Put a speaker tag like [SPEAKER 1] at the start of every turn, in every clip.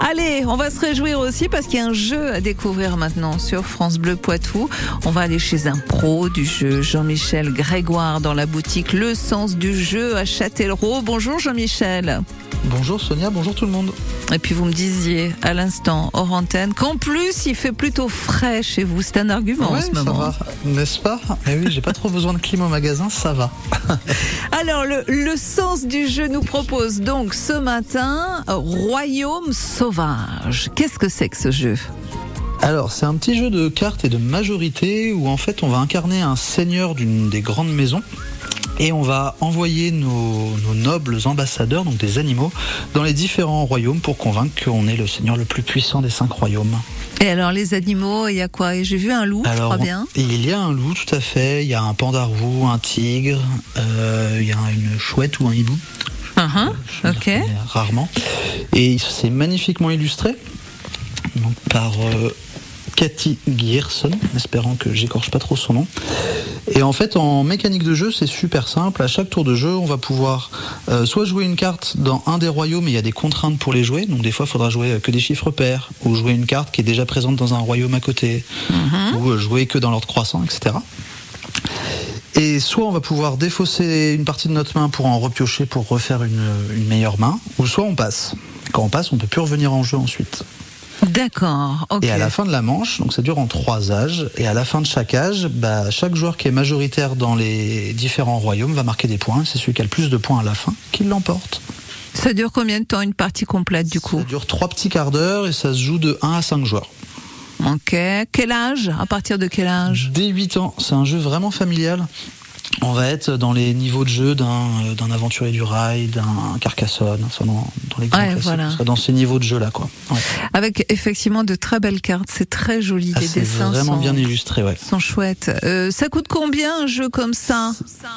[SPEAKER 1] Allez, on va se réjouir aussi parce qu'il y a un jeu à découvrir maintenant sur France Bleu Poitou. On va aller chez un pro du jeu, Jean-Michel Grégoire, dans la boutique Le Sens du Jeu à Châtellerault. Bonjour Jean-Michel.
[SPEAKER 2] Bonjour Sonia, bonjour tout le monde.
[SPEAKER 1] Et puis vous me disiez à l'instant, hors antenne, qu'en plus il fait plutôt frais chez vous. C'est un argument
[SPEAKER 2] Ouais,
[SPEAKER 1] en ce moment.
[SPEAKER 2] Ça va, n'est-ce pas Eh oui, j'ai pas trop besoin de climat au magasin, ça va.
[SPEAKER 1] Alors, le, le sens du jeu nous propose donc ce matin euh, Royaume sauvage. Qu'est-ce que c'est que ce jeu
[SPEAKER 2] Alors, c'est un petit jeu de cartes et de majorité où en fait on va incarner un seigneur d'une des grandes maisons. Et on va envoyer nos, nos nobles ambassadeurs, donc des animaux, dans les différents royaumes pour convaincre qu'on est le seigneur le plus puissant des cinq royaumes.
[SPEAKER 1] Et alors, les animaux, il y a quoi Et J'ai vu un loup, je crois
[SPEAKER 2] on-
[SPEAKER 1] bien.
[SPEAKER 2] il y a un loup, tout à fait. Il y a un panda roux, un tigre, euh, il y a une chouette ou un hibou.
[SPEAKER 1] Uhum,
[SPEAKER 2] Je
[SPEAKER 1] ok.
[SPEAKER 2] la connais Rarement. Et c'est magnifiquement illustré donc, par euh, Cathy Gierson, espérant que j'écorche pas trop son nom. Et en fait, en mécanique de jeu, c'est super simple. À chaque tour de jeu, on va pouvoir euh, soit jouer une carte dans un des royaumes et il y a des contraintes pour les jouer. Donc des fois, il faudra jouer euh, que des chiffres pairs ou jouer une carte qui est déjà présente dans un royaume à côté ou euh, jouer que dans l'ordre croissant, etc. Et soit on va pouvoir défausser une partie de notre main pour en repiocher pour refaire une, une meilleure main, ou soit on passe. Quand on passe, on peut plus revenir en jeu ensuite.
[SPEAKER 1] D'accord, ok.
[SPEAKER 2] Et à la fin de la manche, donc ça dure en trois âges, et à la fin de chaque âge, bah, chaque joueur qui est majoritaire dans les différents royaumes va marquer des points. C'est celui qui a le plus de points à la fin qui l'emporte.
[SPEAKER 1] Ça dure combien de temps une partie complète du coup
[SPEAKER 2] Ça dure trois petits quarts d'heure et ça se joue de 1 à 5 joueurs.
[SPEAKER 1] Ok. Quel âge À partir de quel âge
[SPEAKER 2] Dès 8 ans, c'est un jeu vraiment familial. On va être dans les niveaux de jeu d'un euh, d'un aventurier du rail, d'un Carcassonne, enfin dans, dans les grands
[SPEAKER 1] Ouais,
[SPEAKER 2] classiques.
[SPEAKER 1] voilà.
[SPEAKER 2] On sera dans ces niveaux de jeu là quoi. Ouais.
[SPEAKER 1] Avec effectivement de très belles cartes. C'est très joli.
[SPEAKER 2] Ah,
[SPEAKER 1] Les
[SPEAKER 2] c'est
[SPEAKER 1] dessins
[SPEAKER 2] vraiment
[SPEAKER 1] sont,
[SPEAKER 2] bien illustré, ouais.
[SPEAKER 1] sont chouettes. Euh, ça coûte combien un jeu comme ça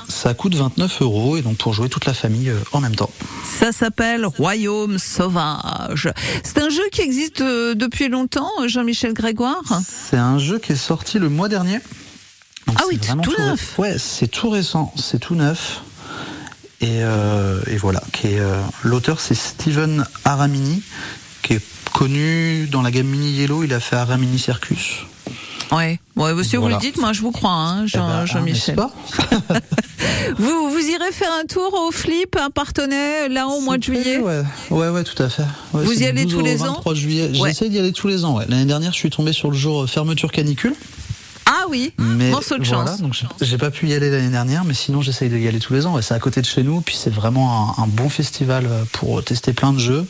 [SPEAKER 2] Ça coûte 29 euros et donc pour jouer toute la famille euh, en même temps.
[SPEAKER 1] Ça s'appelle Royaume sauvage. C'est un jeu qui existe euh, depuis longtemps, euh, Jean-Michel Grégoire.
[SPEAKER 2] C'est un jeu qui est sorti le mois dernier. Donc
[SPEAKER 1] Ah
[SPEAKER 2] c'est
[SPEAKER 1] oui, c'est
[SPEAKER 2] vraiment
[SPEAKER 1] tout
[SPEAKER 2] ré-
[SPEAKER 1] neuf.
[SPEAKER 2] Ouais, c'est tout récent, c'est tout neuf. Et, euh, et voilà, qui est, euh, l'auteur c'est Steven Aramini, qui est connu dans la gamme Mini Yellow, il a fait Aramini Circus.
[SPEAKER 1] Ouais. Ouais, bah, si
[SPEAKER 2] Voilà.
[SPEAKER 1] vous le dites, moi je vous crois, hein,
[SPEAKER 2] Eh ben,
[SPEAKER 1] Jean-
[SPEAKER 2] hein,
[SPEAKER 1] Jean-Michel.
[SPEAKER 2] n'est-ce pas
[SPEAKER 1] vous, vous irez faire un tour au Flip à Partenay, là au mois de
[SPEAKER 2] C'est prévu,
[SPEAKER 1] juillet.
[SPEAKER 2] ouais. ouais, ouais, tout à fait. Ouais,
[SPEAKER 1] Vous
[SPEAKER 2] c'est
[SPEAKER 1] y
[SPEAKER 2] du
[SPEAKER 1] allez
[SPEAKER 2] 12
[SPEAKER 1] tous
[SPEAKER 2] au
[SPEAKER 1] les ans
[SPEAKER 2] 23 juillet.
[SPEAKER 1] Ouais.
[SPEAKER 2] J'essaie d'y aller tous les ans. ouais. L'année dernière, je suis tombé sur le jour euh, fermeture canicule.
[SPEAKER 1] Ah oui,
[SPEAKER 2] Mais
[SPEAKER 1] morceau de
[SPEAKER 2] voilà,
[SPEAKER 1] chance.
[SPEAKER 2] donc j'ai- j'ai pas pu y aller l'année dernière, mais sinon j'essaye d'y aller tous les ans. Ouais, c'est à côté de chez nous, puis c'est vraiment un, un bon festival euh, pour tester plein de jeux.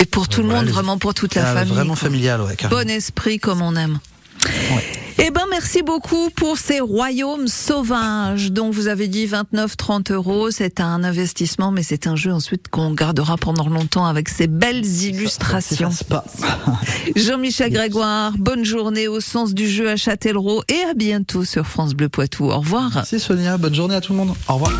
[SPEAKER 1] Et pour tout le
[SPEAKER 2] Voilà,
[SPEAKER 1] monde,
[SPEAKER 2] les-
[SPEAKER 1] vraiment pour toute la
[SPEAKER 2] Ah,
[SPEAKER 1] famille.
[SPEAKER 2] Vraiment
[SPEAKER 1] quoi.
[SPEAKER 2] familial, ouais. carrément.
[SPEAKER 1] Bon esprit comme on aime. Eh ben merci beaucoup pour ces royaumes sauvages dont vous avez dit 29-30 euros. C'est un investissement, mais c'est un jeu ensuite qu'on gardera pendant longtemps avec ses belles illustrations.
[SPEAKER 2] Ça se passe pas.
[SPEAKER 1] Jean-Michel Grégoire, bonne journée au sens du jeu à Châtellerault et à bientôt sur France Bleu Poitou. Au revoir.
[SPEAKER 2] Merci Sonia, bonne journée à tout le monde. Au revoir.